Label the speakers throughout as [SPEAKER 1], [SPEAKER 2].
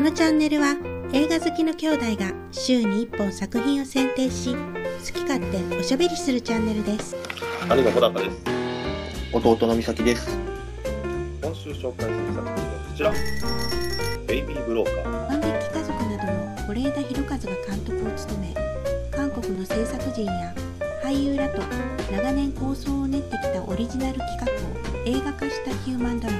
[SPEAKER 1] のチャンネルは映画好きの兄弟が週に1本作品を選定し好き勝手おしゃべりするチャンネルです
[SPEAKER 2] 兄の小高です。
[SPEAKER 3] 弟の美咲です。
[SPEAKER 2] 今週紹介する作品はこちら。ベイビーブローカー。
[SPEAKER 1] 万劇家族などの是枝裕和が監督を務め韓国の制作人や俳優らと長年構想を練ってきたオリジナル企画を映画化したヒューマンドラマ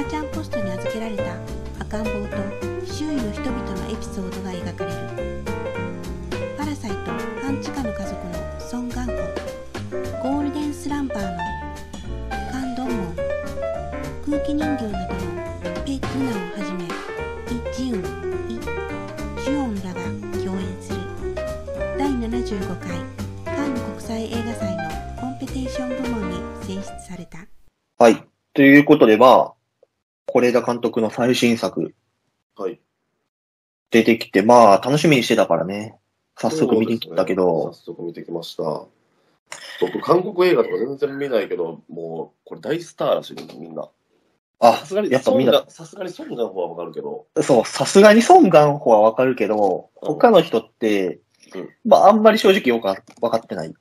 [SPEAKER 1] 赤ちゃんポストに預けられた赤ん坊と周囲の人々のエピソードが描かれるパラサイト半地下の家族のソン・ガンホゴールデンスランパーのカン・ドンモン空気人形などのペ・ドゥナをはじめイ・ジウン、イ・ジュオンらが共演する第75回カンヌ国際映画祭のコンペテーション部門に選出された
[SPEAKER 3] はい。ということで、まあ、是枝監督の最新作
[SPEAKER 2] はい。
[SPEAKER 3] 出てきて、まあ、楽しみにしてたからね。早速見に行ったけ
[SPEAKER 2] そう
[SPEAKER 3] ど、
[SPEAKER 2] ですね早速見てきました。僕、韓国映画とか全然見ないけど、もう、これ大スターらしいね、みんな。
[SPEAKER 3] あ
[SPEAKER 2] さすが、に、
[SPEAKER 3] やっぱ
[SPEAKER 2] ソン
[SPEAKER 3] みんな、
[SPEAKER 2] がさすがにソンガンホはわかるけど、
[SPEAKER 3] そう、さすがにソン・ガンホはわかるけど、
[SPEAKER 2] うん
[SPEAKER 3] 他の人って
[SPEAKER 2] うん、
[SPEAKER 3] まあ、あんまり正直よくわわかってない。
[SPEAKER 2] う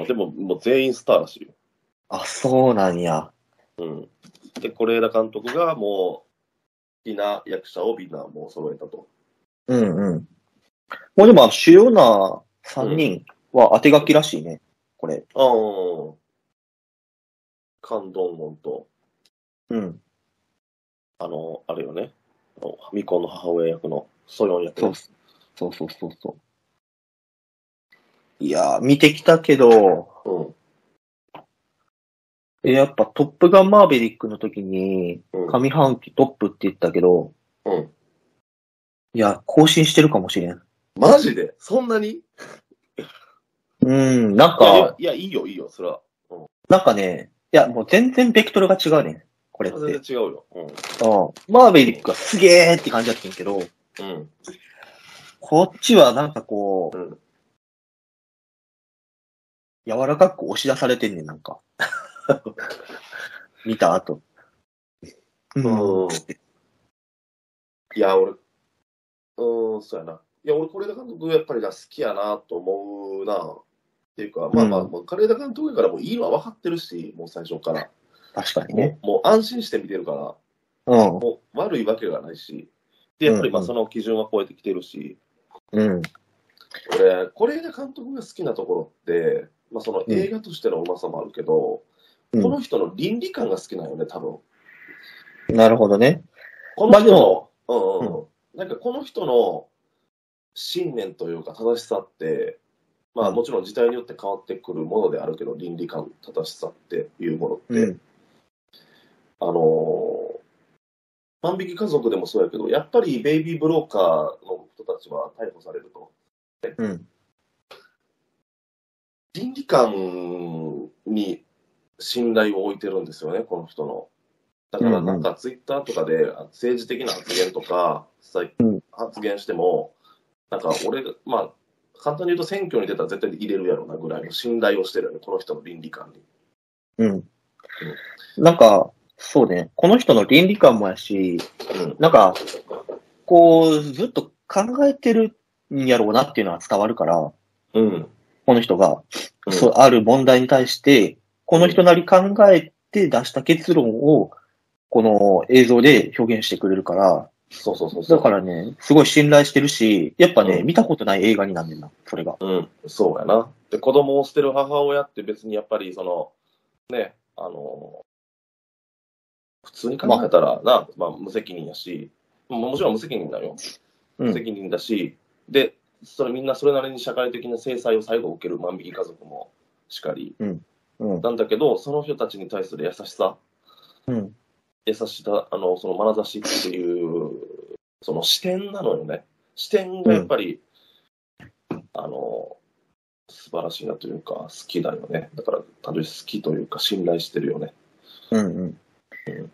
[SPEAKER 2] ん、でも、もう全員スターらしいよ。
[SPEAKER 3] あ、そうなんや。
[SPEAKER 2] うん。で、是枝監督がもう、好きな役者をみんなもう揃えたと。
[SPEAKER 3] うんうん。もうでも、主要な3人は当て書きらしいね。これ。
[SPEAKER 2] ああ。カンドンゴンと、
[SPEAKER 3] うん。
[SPEAKER 2] あの、あれよね。あの未婚の母親役のソヨン役ね
[SPEAKER 3] そうそうそうそうそう。いやー、見てきたけど、
[SPEAKER 2] うん。
[SPEAKER 3] えやっぱトップガンマーベリックの時に、
[SPEAKER 2] うん。
[SPEAKER 3] 上半期トップって言ったけど、
[SPEAKER 2] うん。
[SPEAKER 3] いや、更新してるかもしれん。
[SPEAKER 2] マジでそんなにい
[SPEAKER 3] うん、なん
[SPEAKER 2] や
[SPEAKER 3] か、、
[SPEAKER 2] いや、いいよ、いいよ、それは。
[SPEAKER 3] なんかね、いや、もう全然ベクトルが違うねん。これって。
[SPEAKER 2] 全
[SPEAKER 3] う
[SPEAKER 2] 然
[SPEAKER 3] ん。
[SPEAKER 2] 違うよ。う
[SPEAKER 3] マーベリックはすげーって感じだったんやけど、
[SPEAKER 2] ん。うん。
[SPEAKER 3] こっちはなんかこう、
[SPEAKER 2] うん
[SPEAKER 3] 柔らかく押し出されてんねん、なん か。見た後。
[SPEAKER 2] うん
[SPEAKER 3] んつって
[SPEAKER 2] いや、俺、うーん、そうやな。いや、俺、是枝監督、やっぱりな、好きやな、と思うな。っていうか、まあまあ、
[SPEAKER 3] うん
[SPEAKER 2] もう是枝監督やから、もういいのは分かってるし、もう最初から。
[SPEAKER 3] 確かにね。
[SPEAKER 2] もう、もう安心して見てるから。
[SPEAKER 3] うん。
[SPEAKER 2] もう悪いわけがないし、で、やっぱりまあ
[SPEAKER 3] うんうん
[SPEAKER 2] その基準は超えてきてるし、
[SPEAKER 3] うん。
[SPEAKER 2] 俺、是枝監督が好きなところって、まあ、その映画としてのうまさもあるけど、
[SPEAKER 3] うん
[SPEAKER 2] この人の倫理観が好きなんよね、多分
[SPEAKER 3] なるほどね。
[SPEAKER 2] この人
[SPEAKER 3] まあで
[SPEAKER 2] の
[SPEAKER 3] も、
[SPEAKER 2] うんうんうん、なんかこの人の信念というか正しさって、まあ
[SPEAKER 3] うん
[SPEAKER 2] もちろん時代によって変わってくるものであるけど、倫理観、正しさっていうものって、
[SPEAKER 3] うん。
[SPEAKER 2] あのー万引き家族でもそうやけど、やっぱりベイビーブローカーの人たちは逮捕されると。
[SPEAKER 3] うん。
[SPEAKER 2] 倫理観に信頼を置いてるんですよね、この人の。だからなんかツイッターとかであ政治的な発言とか、さ
[SPEAKER 3] うん
[SPEAKER 2] 発言しても、なんか俺が、まあ、簡単に言うと選挙に出たら絶対に入れるやろうなぐらいの信頼をしてるよね、この人の倫理観に。
[SPEAKER 3] うん。なんか、そうね。この人の倫理観もやし、
[SPEAKER 2] うん、
[SPEAKER 3] なんか、こう、ずっと考えてるんやろうなっていうのは伝わるから、
[SPEAKER 2] うん、
[SPEAKER 3] この人が、
[SPEAKER 2] うん
[SPEAKER 3] そう、ある問題に対して、この人なり考えて出した結論を、この映像で表現してくれるから、
[SPEAKER 2] そうそうそうそう。
[SPEAKER 3] だからね、すごい信頼してるし、やっぱね、
[SPEAKER 2] うん
[SPEAKER 3] 見たことない映画になんねんな、それが。
[SPEAKER 2] うん、そうやな。で、子供を捨てる母親って別にやっぱり、その、ね、あの、普通に考えたらな、まあ、無責任やし、ももちろん無責任だよ。
[SPEAKER 3] う
[SPEAKER 2] 無
[SPEAKER 3] ん。
[SPEAKER 2] 責任だし、で、それみんなそれなりに社会的な制裁を最後受ける万引き家族もしかり、
[SPEAKER 3] うん。
[SPEAKER 2] なんだけど、その人たちに対する優しさ、
[SPEAKER 3] うん。
[SPEAKER 2] 優しさ、あの、その眼差しっていう、その視点なのよね。視点がやっぱり、あの、素晴らしいなというか、好きだよね。だから、単純に好きというか、信頼してるよね。
[SPEAKER 3] うん。うん。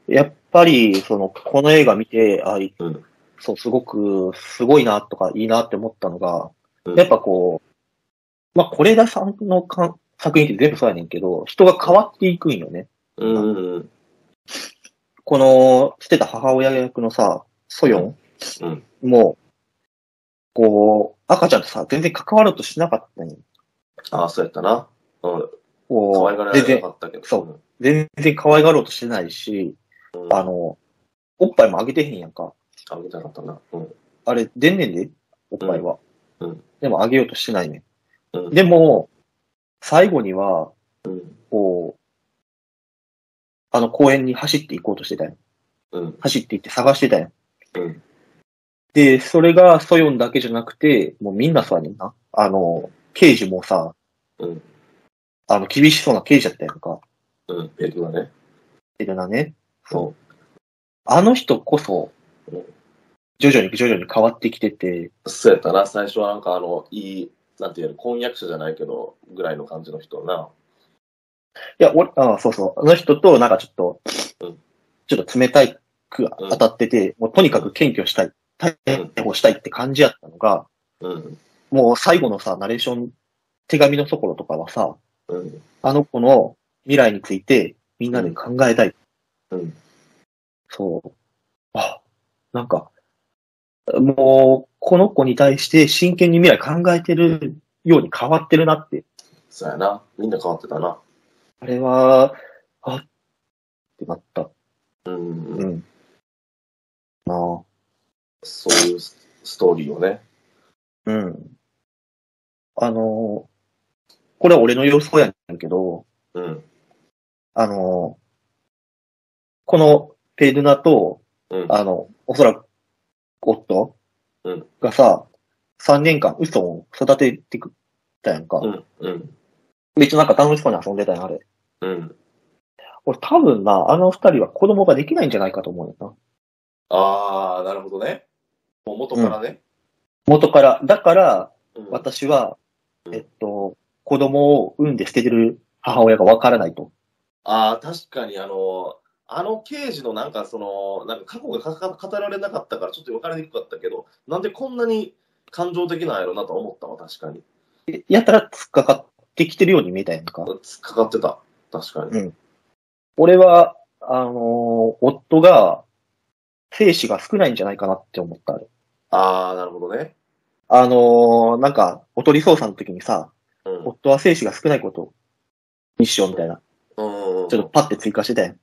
[SPEAKER 3] やっぱり、その、この映画見て、あ、い
[SPEAKER 2] うん
[SPEAKER 3] そう、すごく、すごいなとか、いいなって思ったのが、
[SPEAKER 2] うん
[SPEAKER 3] やっぱこう、まあ、是枝さんのかん作品って全部そうやねんけど、人が変わっていくんよね。
[SPEAKER 2] うん、うん、
[SPEAKER 3] この、捨てた母親役のさ、ソヨン
[SPEAKER 2] うん
[SPEAKER 3] も、こう、赤ちゃんとさ、全然関わろうとしなかったのに、
[SPEAKER 2] ああ、そうやったな。うん。可
[SPEAKER 3] こ
[SPEAKER 2] 愛がら
[SPEAKER 3] う、全
[SPEAKER 2] れな
[SPEAKER 3] 然
[SPEAKER 2] か、ったけど。
[SPEAKER 3] そ全然可愛がろうとしてないし、
[SPEAKER 2] うん。
[SPEAKER 3] あの、おっぱいもあげてへんやんか。
[SPEAKER 2] あげたかったな。うん。
[SPEAKER 3] あれ、出んねんで、おっぱいは。
[SPEAKER 2] うんうん
[SPEAKER 3] でもあげようとしてないね
[SPEAKER 2] うん
[SPEAKER 3] ん。でも、最後には、
[SPEAKER 2] うん。
[SPEAKER 3] こう、あの公園に走って行こうとしてたよ。
[SPEAKER 2] うん。
[SPEAKER 3] 走って行って探してたよ。
[SPEAKER 2] うん
[SPEAKER 3] で、それがソヨンだけじゃなくて、もうみんなそうやねんな。あの、刑事もさ、
[SPEAKER 2] うん
[SPEAKER 3] あの、厳しそうな刑事だったやんか。
[SPEAKER 2] うん。ペグがね。
[SPEAKER 3] いるなね。
[SPEAKER 2] そ
[SPEAKER 3] あの人こそ
[SPEAKER 2] うん、
[SPEAKER 3] 徐々に徐々に変わってきてて、
[SPEAKER 2] う。そうやったな。最初はなんかあの、いい、なんていうの、婚約者じゃないけど、ぐらいの感じの人な。
[SPEAKER 3] いや、俺、あそうそう、あの人となんかちょっと
[SPEAKER 2] うん、
[SPEAKER 3] ちょっと冷たいく
[SPEAKER 2] うん
[SPEAKER 3] 当たってて、もうとにかく検挙したい、逮捕したいって感じやったのが、
[SPEAKER 2] うん。
[SPEAKER 3] もう最後のさ、ナレーション、手紙のところとかはさ、
[SPEAKER 2] うん。
[SPEAKER 3] あの子の未来についてみんなで考えたい。
[SPEAKER 2] うん。
[SPEAKER 3] そう。あ、なんか、もう、この子に対して真剣に未来考えてるように変わってるなって。
[SPEAKER 2] そうやな。みんな変わってたな。
[SPEAKER 3] あれは、あってなった。
[SPEAKER 2] うん。
[SPEAKER 3] う
[SPEAKER 2] うん、
[SPEAKER 3] ん。なあ。
[SPEAKER 2] そういうスストーリーをね。
[SPEAKER 3] うん。あの、これは俺の予想やねんけど、
[SPEAKER 2] うん。
[SPEAKER 3] あの、このペルナと、
[SPEAKER 2] うん。
[SPEAKER 3] あの、おそらく、夫
[SPEAKER 2] うん
[SPEAKER 3] がさ、3年間嘘を育ててくったやんか
[SPEAKER 2] う。ん。うん。
[SPEAKER 3] めっちゃなんか楽しそうに遊んでたやん、あれ。
[SPEAKER 2] うん。
[SPEAKER 3] 俺多分な、あの二人は子供ができないんじゃないかと思うよな。
[SPEAKER 2] ああ、なるほどね。もう元からね。
[SPEAKER 3] 元から。だから、
[SPEAKER 2] うん
[SPEAKER 3] 私は、
[SPEAKER 2] うん
[SPEAKER 3] えっと、子供を産んで捨ててる母親がわからないと。
[SPEAKER 2] ああ、確かに、あの、あの刑事のなんかその、なんか過去がかか語られなかったからちょっと分かりにくかったけど、なんでこんなに感情的なんやろなと思ったわ、確かに。
[SPEAKER 3] えやったら突っかかってきてるように見えたやんか。
[SPEAKER 2] 突っかかってた。確かに。
[SPEAKER 3] 俺は、あのー夫が、精子が少ないんじゃないかなって思った。
[SPEAKER 2] ああ、なるほどね。
[SPEAKER 3] あのーなんか、おとり捜査の時にさ、
[SPEAKER 2] うん。うん
[SPEAKER 3] 夫は精子が少ないことにしようみたいな、
[SPEAKER 2] うんうん。
[SPEAKER 3] ちょっとパッて追加してたやん。
[SPEAKER 2] うん。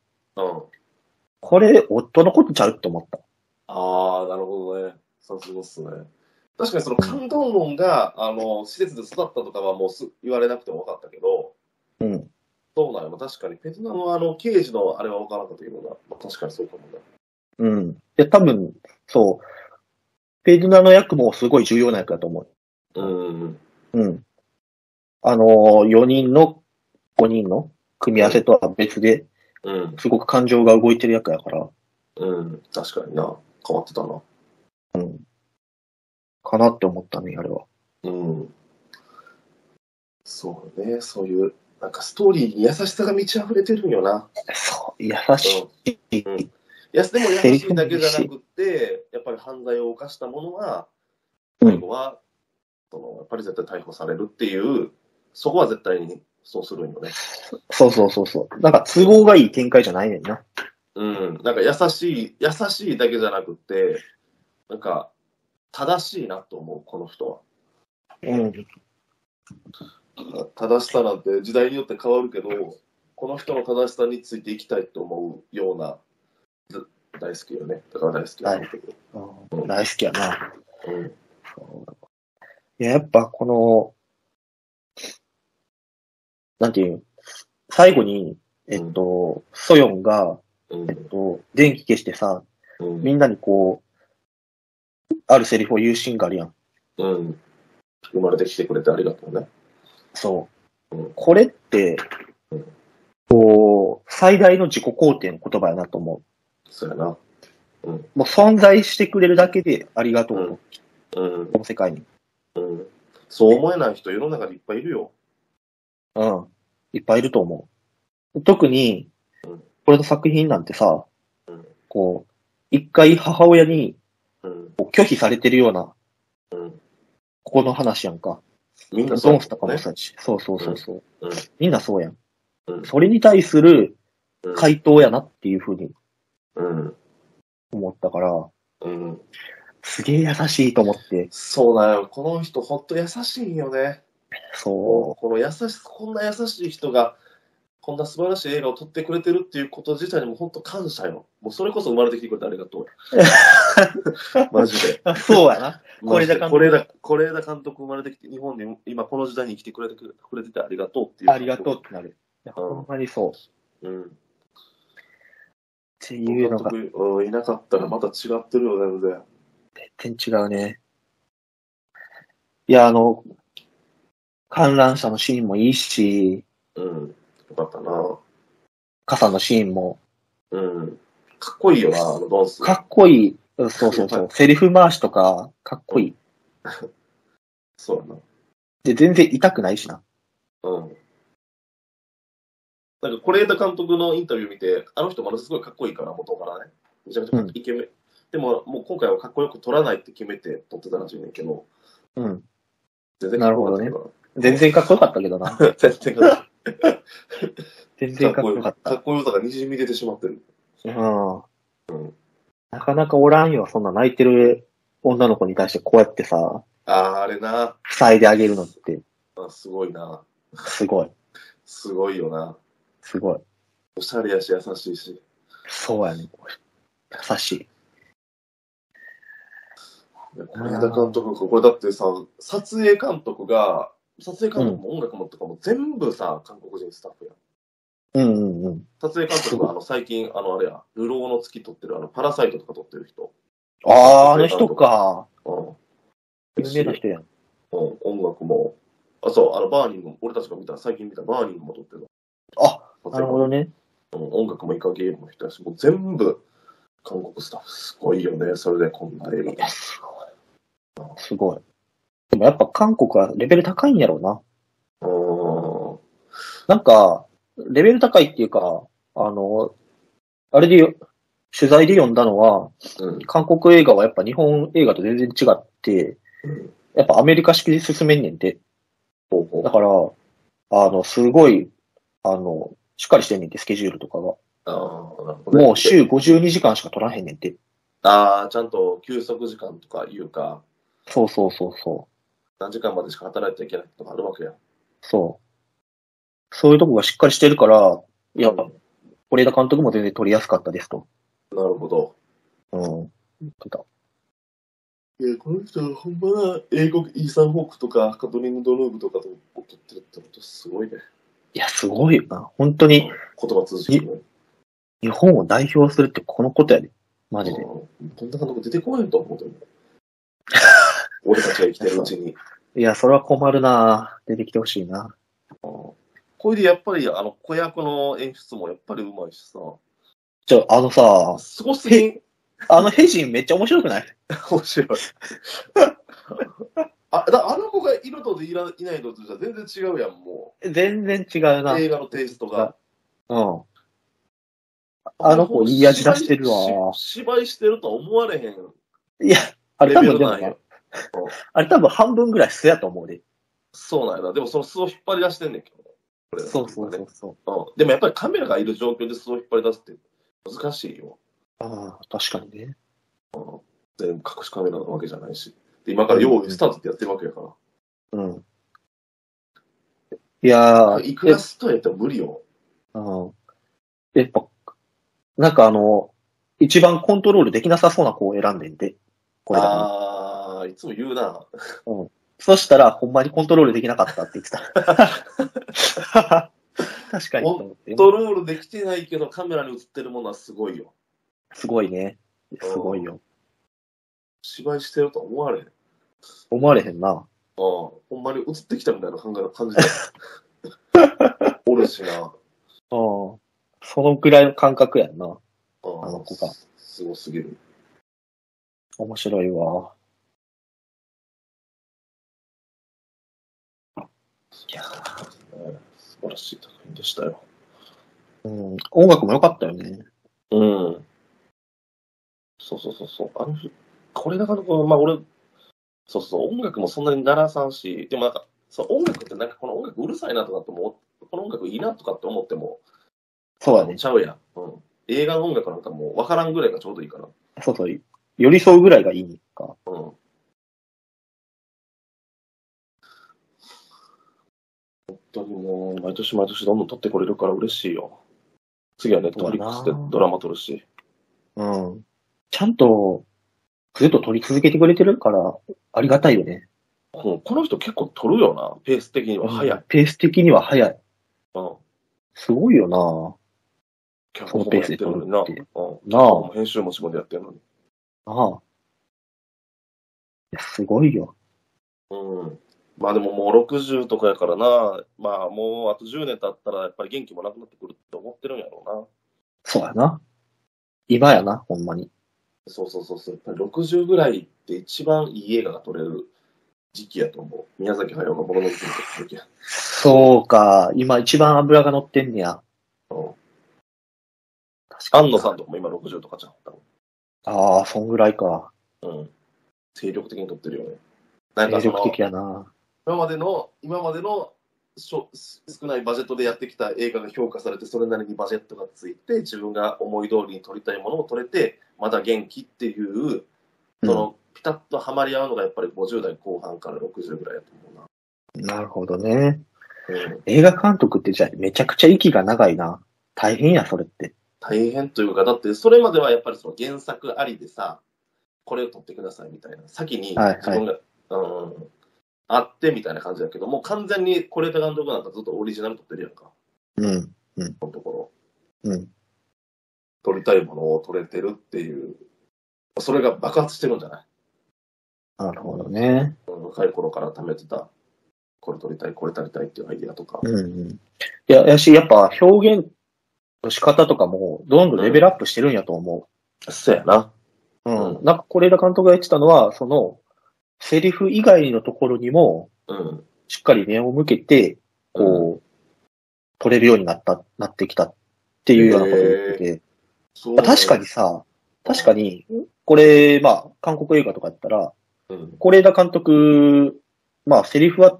[SPEAKER 3] これ、夫のことちゃうって思った。
[SPEAKER 2] ああ、なるほどね。さすがっすね。確かにその感動論が、あの、施設で育ったとかはもうす言われなくても分かったけど、
[SPEAKER 3] うん。
[SPEAKER 2] そうなんよ。確かに、ベトナムはあの、刑事のあれは分からなかったけどな。まあ、確かにそうかもね。
[SPEAKER 3] うん。いや、多分、そう、ペルナの役もすごい重要な役だと思
[SPEAKER 2] うん。
[SPEAKER 3] う。うん。あのー、4人の、5人の組み合わせとは別で、
[SPEAKER 2] うん。
[SPEAKER 3] すごく感情が動いてる役やから、
[SPEAKER 2] うん。確かにな。変わってたな。
[SPEAKER 3] うん。かなって思ったね、あれは。
[SPEAKER 2] うん。そうね。そういう、なんかストーリーに優しさが満ち溢れてるんよな。
[SPEAKER 3] そう、優しい。
[SPEAKER 2] うんうんいや、でも優しいだけじゃなくって、やっぱり犯罪を犯した者は、
[SPEAKER 3] うん
[SPEAKER 2] 最後は、そのやっぱり絶対逮捕されるっていう、そこは絶対にそうするんよね。
[SPEAKER 3] そうそうそうそう。なんか都合がいい展開じゃないねんな。
[SPEAKER 2] うん。なんか優しい、優しいだけじゃなくって、なんか、正しいなと思う、この人は。
[SPEAKER 3] うん。
[SPEAKER 2] 正しさなんて時代によって変わるけど、この人の正しさについていきたいと思うような、ず大好きよね。だから大好きなんだけど。
[SPEAKER 3] 大好きやな。
[SPEAKER 2] うん
[SPEAKER 3] いや、やっぱこの、なんていうん最後に、えっと、ソヨンが、
[SPEAKER 2] うん
[SPEAKER 3] えっと、電気消してさ、
[SPEAKER 2] うん
[SPEAKER 3] みんなにこう、あるセリフを言うシーンがあるやん。
[SPEAKER 2] うん生まれてきてくれてありがとうね。
[SPEAKER 3] そう
[SPEAKER 2] うん。
[SPEAKER 3] これって
[SPEAKER 2] うん、
[SPEAKER 3] こう、最大の自己肯定の言葉やなと思
[SPEAKER 2] そうやな。
[SPEAKER 3] う。もう存在してくれるだけでありがとうの、
[SPEAKER 2] うん
[SPEAKER 3] こ。の世界に。
[SPEAKER 2] うん。そう思えない人、世の中にいっぱいいるよ。
[SPEAKER 3] うん。いっぱいいると思う。特に
[SPEAKER 2] うん、
[SPEAKER 3] これの作品なんてさ
[SPEAKER 2] うん、
[SPEAKER 3] こう、一回母親に
[SPEAKER 2] うん。
[SPEAKER 3] こう拒否されてるような、
[SPEAKER 2] うん。
[SPEAKER 3] ここの話やんか。
[SPEAKER 2] みん
[SPEAKER 3] ド
[SPEAKER 2] なそう、
[SPEAKER 3] ン
[SPEAKER 2] ね
[SPEAKER 3] スとかもそうやし。そうそうそうそう
[SPEAKER 2] うんうん。
[SPEAKER 3] みんなそうやん
[SPEAKER 2] う。ん
[SPEAKER 3] それに対する
[SPEAKER 2] うん
[SPEAKER 3] 回答やなっていうふうに
[SPEAKER 2] うん。
[SPEAKER 3] 思ったから、
[SPEAKER 2] うん。
[SPEAKER 3] すげえ優しいと思って、
[SPEAKER 2] そうだよ。この人、ほんと優しいよね。
[SPEAKER 3] そ
[SPEAKER 2] この優し、こんな優しい人が、こんな素晴らしい映画を撮ってくれてるっていうこと自体にも本当感謝よ。もうそれこそ生まれてきてくれてありがとう。マジで。
[SPEAKER 3] う。そうやな。
[SPEAKER 2] マジで
[SPEAKER 3] 是枝監督
[SPEAKER 2] 是枝是枝監督生まれてきて、日本に今この時代に来てくれてくれててありがとうっていう。
[SPEAKER 3] ありがとうってなる。いや
[SPEAKER 2] うん
[SPEAKER 3] ほんまにそう。
[SPEAKER 2] う。
[SPEAKER 3] っ
[SPEAKER 2] うん。
[SPEAKER 3] ていうのが
[SPEAKER 2] 監督うんいなかったらまた違ってるよ、全然。
[SPEAKER 3] 全然違うね。いや、あの、観覧車のシーンもいいし、
[SPEAKER 2] うん。よかったな。
[SPEAKER 3] 傘のシーンも、
[SPEAKER 2] うん。かっこいいよな、あのダンス。
[SPEAKER 3] かっこいい。うんそうそう
[SPEAKER 2] や
[SPEAKER 3] そ
[SPEAKER 2] っ
[SPEAKER 3] う。セリフ回しとか、かっこいい。
[SPEAKER 2] そうやな。
[SPEAKER 3] で、全然痛くないしな。
[SPEAKER 2] うん。なんか、是枝監督のインタビュー見て、あの人ものすごいかっこいいから、元からね。めちゃくちゃイケメン。でも、もう今回はかっこよく撮らないって決めて撮ってたらしいねんけど、
[SPEAKER 3] うん。
[SPEAKER 2] 全然かっこよかったか
[SPEAKER 3] 全然かっこよかったけ どな。
[SPEAKER 2] ら。全然かっこ
[SPEAKER 3] 全
[SPEAKER 2] よ
[SPEAKER 3] 然かっこよかっ。
[SPEAKER 2] かったこよさがにじみ出てしまってる。
[SPEAKER 3] うん。なかなかおらんよ。そんな泣いてる女の子に対してこうやってさ、
[SPEAKER 2] あー、あれな。
[SPEAKER 3] 塞いであげるのって、
[SPEAKER 2] あすごいな。
[SPEAKER 3] すごい。
[SPEAKER 2] すごいよな。
[SPEAKER 3] すごい。
[SPEAKER 2] おしゃれやし、優しいし。
[SPEAKER 3] そうやね。これ優しい。
[SPEAKER 2] いや是枝監督、これだってさ、撮影監督が、撮影監督も音楽もとかも全部さ、韓国人スタッフやん。
[SPEAKER 3] うんうんうん。
[SPEAKER 2] 撮影監督があの最近、あのあれや、流浪の月撮ってる、あのパラサイトとか撮ってる人、
[SPEAKER 3] ああ、あの人か。
[SPEAKER 2] うん、
[SPEAKER 3] 有名な人やん。
[SPEAKER 2] うん、音楽も、あ、そう、あのバーニングも、俺たちが見た、最近見たバーニングも撮ってる
[SPEAKER 3] あ、
[SPEAKER 2] 撮
[SPEAKER 3] なるほどね。
[SPEAKER 2] うん音楽もイカゲームも人やし、もう全部、韓国スタッフ、すごいよね、それでこんな映画
[SPEAKER 3] いや、すごい。すごい。でもやっぱ韓国はレベル高いんやろうな。
[SPEAKER 2] うん、
[SPEAKER 3] なんか、レベル高いっていうか、あの、あれでよ、取材で読んだのは、
[SPEAKER 2] うん、
[SPEAKER 3] 韓国映画はやっぱ日本映画と全然違って、
[SPEAKER 2] うん
[SPEAKER 3] やっぱアメリカ式で進めんねんて。
[SPEAKER 2] ほうほ
[SPEAKER 3] だ
[SPEAKER 2] う
[SPEAKER 3] から、あの、すごい、あの、しっかりしてんねんて、スケジュールとかが。
[SPEAKER 2] あーなるほどね
[SPEAKER 3] もう週52時間しか取らへんねんて。
[SPEAKER 2] ああ、ちゃんと休息時間とかいうか、
[SPEAKER 3] そうそうそうそう。
[SPEAKER 2] 何時間までしか働いてはいけないとかあるわけや。
[SPEAKER 3] そう。そういうとこがしっかりしてるから、いや
[SPEAKER 2] うん、な
[SPEAKER 3] 是枝監督も全然取りやすかったですと。
[SPEAKER 2] るほど。
[SPEAKER 3] うん。
[SPEAKER 2] いや、この人、ほんまな、英国イーサン・ホークとか、カトリン・ドルーブとかと撮ってるってことすごいね。
[SPEAKER 3] いや、すごいよな。本当
[SPEAKER 2] 言
[SPEAKER 3] に、
[SPEAKER 2] 葉通じてるね。
[SPEAKER 3] 日本を代表するってこのことやで。マジで。
[SPEAKER 2] うんこんな監督出てこないと 思うても。俺たちが生きてるうちに。
[SPEAKER 3] いや、それは困るな出てきてほしいな。
[SPEAKER 2] これでやっぱり、あの、子役の演出もやっぱりうまいしさ。
[SPEAKER 3] ちょ、あのさ、
[SPEAKER 2] すごすぎん。
[SPEAKER 3] あのヘジンめっちゃ面白くない
[SPEAKER 2] 面白 い。あ、だあの子がいるとでいらいないのとじゃ全然違うやん、も
[SPEAKER 3] 全然違う
[SPEAKER 2] う。
[SPEAKER 3] な。
[SPEAKER 2] 映画のテイストが。
[SPEAKER 3] うん。あの子いい味出してるわ
[SPEAKER 2] し芝居してるとは思われへん。
[SPEAKER 3] いや、あれ多
[SPEAKER 2] レベル
[SPEAKER 3] 分で
[SPEAKER 2] な
[SPEAKER 3] も
[SPEAKER 2] んや
[SPEAKER 3] な、あれ多分半分ぐらい素やと思うで。
[SPEAKER 2] そうなんやな。でもその素を引っ張り出してんねんけどね。これ
[SPEAKER 3] そうそうそうそう。
[SPEAKER 2] うん。でもやっぱりカメラがいる状況で素を引っ張り出すって難しいよ。
[SPEAKER 3] ああ、確かにね。
[SPEAKER 2] 全部隠しカメラなわけじゃないし。で今から用意スタートってやってるわけやから。
[SPEAKER 3] うん。いやー、
[SPEAKER 2] いくらストやったら無理よ。
[SPEAKER 3] うん。やっぱ、なんかあの、一番コントロールできなさそうな子を選んでんで。これだから
[SPEAKER 2] あー、いつも言うな。
[SPEAKER 3] そしたら、ほんまにコントロールできなかったって言ってた。確かにと思って
[SPEAKER 2] コントロールできてないけどカメラに映ってるものはすごいよ。
[SPEAKER 3] すごいね。すごいよ。
[SPEAKER 2] 芝居してるとは思われへん。うん。
[SPEAKER 3] 思われへんな。
[SPEAKER 2] ほんまに映ってきたみたいな感じ感じだよ おるしな。
[SPEAKER 3] うん。そのくらいの感覚やんな。
[SPEAKER 2] あー
[SPEAKER 3] あの子が
[SPEAKER 2] すすごすぎる。
[SPEAKER 3] 面白いわ。いや
[SPEAKER 2] 素晴らしい作品でしたよ。
[SPEAKER 3] うん、音楽も良かったよね。
[SPEAKER 2] うん。そうそうそうそう。あの、これなかなか、まあ俺、そうそう、音楽もそんなにならさんし、でもなんか、そう音楽ってなんかこの音楽うるさいなとかって思うこの音楽いいなとかって思っても、
[SPEAKER 3] そうだね。
[SPEAKER 2] ちゃうやん。うん。映画の音楽なんかもう分からんぐらいがちょうどいいから。
[SPEAKER 3] そうそう。寄り添うぐらいがいいか。
[SPEAKER 2] うん。本当にもう、毎年毎年どんどん撮ってこれるから嬉しいよ。次はネットフリックスでドラマ撮るし。
[SPEAKER 3] うん。ちゃんと、ずっと取り続けてくれてるから、ありがたいよね。
[SPEAKER 2] うんこの人結構撮るよな、ペース的には早い。
[SPEAKER 3] ペース的には早い。
[SPEAKER 2] うん。
[SPEAKER 3] すごいよな
[SPEAKER 2] 脚本もやってるのにな。
[SPEAKER 3] そのペースで
[SPEAKER 2] うん。
[SPEAKER 3] なあ、
[SPEAKER 2] 編集も自分でやってるのに。
[SPEAKER 3] なあ。いやすごいよ。
[SPEAKER 2] うん。まあでももう60とかやからな、まあもうあと10年経ったらやっぱり元気もなくなってくるって思ってるんやろうな。
[SPEAKER 3] そうやな。今やな、ほんまに。
[SPEAKER 2] そうそうそうそう。やっぱり60ぐらいって一番いい映画が撮れる時期やと思う。宮崎駿が物語作ってる時や。
[SPEAKER 3] そうか。今一番脂が乗ってんねや。
[SPEAKER 2] うん。
[SPEAKER 3] 確かに。
[SPEAKER 2] 安野さんとかも今60とかじゃん。多
[SPEAKER 3] ああ、そんぐらいか。
[SPEAKER 2] 分うん。精力的に撮ってるよね。なん
[SPEAKER 3] 精
[SPEAKER 2] かその
[SPEAKER 3] 力的やな。
[SPEAKER 2] 今までの、今までのしょ少ないバジェットでやってきた映画が評価されて、それなりにバジェットがついて、自分が思い通りに撮りたいものを撮れて、また元気っていう、そのピタッとはまり合うのがやっぱり50代後半から60ぐらいだと思
[SPEAKER 3] うんなるほどね。
[SPEAKER 2] うな。うん
[SPEAKER 3] 映画監督ってじゃあめちゃくちゃ息が長いな。大変や、それって。
[SPEAKER 2] 大変というか、だってそれまではやっぱりその原作ありでさ、これを撮ってくださいみたいな、先に
[SPEAKER 3] はいはい
[SPEAKER 2] 自分が、うん、あってみたいな感じだけど、もう完全に是枝監督なんかずっとオリジナル撮ってるやんか、
[SPEAKER 3] うん。
[SPEAKER 2] このところ。
[SPEAKER 3] うん。
[SPEAKER 2] 撮りたいものを撮れてるっていう、それが爆発してるんじゃない
[SPEAKER 3] なるほどね。
[SPEAKER 2] うん若い頃から貯めてた、これ撮りたい、これ撮りたいっていうアイディアとか。
[SPEAKER 3] うん、うん。いや、やし、やっぱ表現の仕方とかも、どんどんレベルアップしてるんやと思
[SPEAKER 2] そうやな。
[SPEAKER 3] う。うん。
[SPEAKER 2] う
[SPEAKER 3] なんか、是枝監督が言ってたのは、その、セリフ以外のところにも、
[SPEAKER 2] うん。
[SPEAKER 3] しっかり目を向けて、こう、取れるようになった、なってきたっていうようなことを言ってて、
[SPEAKER 2] そう
[SPEAKER 3] まあ確かに。さ、確かに、これ、まあ、韓国映画とかやったら、
[SPEAKER 2] うん。
[SPEAKER 3] 是枝監督、まあ、セリフは、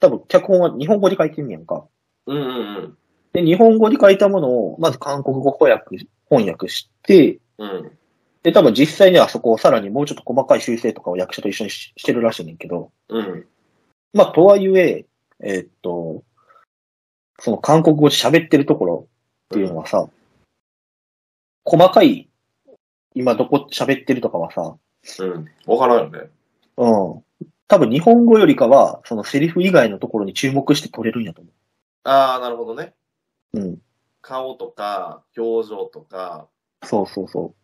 [SPEAKER 3] 多分、脚本は日本語で書いてんねやんか。
[SPEAKER 2] うんうん
[SPEAKER 3] で、日本語で書いたものを、まず韓国語翻訳、翻訳して、
[SPEAKER 2] うん。うん。
[SPEAKER 3] で、多分実際にはそこをさらにもうちょっと細かい修正とかを役者と一緒にししてるらしいねんけど、
[SPEAKER 2] うん。
[SPEAKER 3] まあ、とはいえ、えーっと、その韓国語で喋ってるところっていうのはさ、細かい、今どこ喋ってるとかはさ、
[SPEAKER 2] うん。わからんよね。
[SPEAKER 3] うん。多分日本語よりかは、そのセリフ以外のところに注目して取れるんやと思
[SPEAKER 2] ああ、なるほどね。
[SPEAKER 3] う。うん。
[SPEAKER 2] 顔とか、表情とか、
[SPEAKER 3] そうそうそ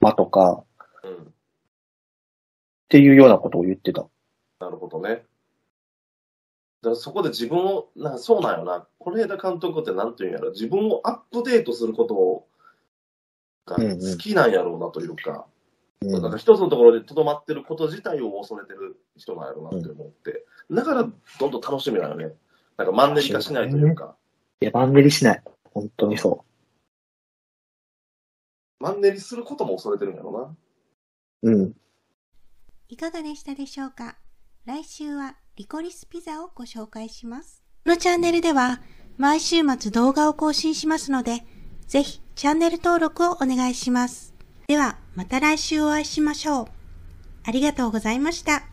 [SPEAKER 3] う。間とか、っ
[SPEAKER 2] うん。
[SPEAKER 3] ていうようなことを言ってた。
[SPEAKER 2] なるほどね。だからそこで自分を、なんかそうなんよな、是枝監督ってなんていうんやろ、自分をアップデートすることが
[SPEAKER 3] うんうん
[SPEAKER 2] 好きなんやろうなというか、
[SPEAKER 3] う
[SPEAKER 2] なん
[SPEAKER 3] ん
[SPEAKER 2] か。一つのところでとどまってること自体を恐れてる人なんやろうなって思って、だからどんどん楽しみなのね。なんかマンネリ化しないというか、
[SPEAKER 3] いや、マンネリしない。本当にそ
[SPEAKER 2] マンネリすることも恐れてるんやろうな。
[SPEAKER 3] う。うん。
[SPEAKER 1] いかがでしたでしょうか来週はリコリスピザをご紹介します。このチャンネルでは毎週末動画を更新しますので、ぜひチャンネル登録をお願いします。ではまた来週お会いしましょう。ありがとうございました。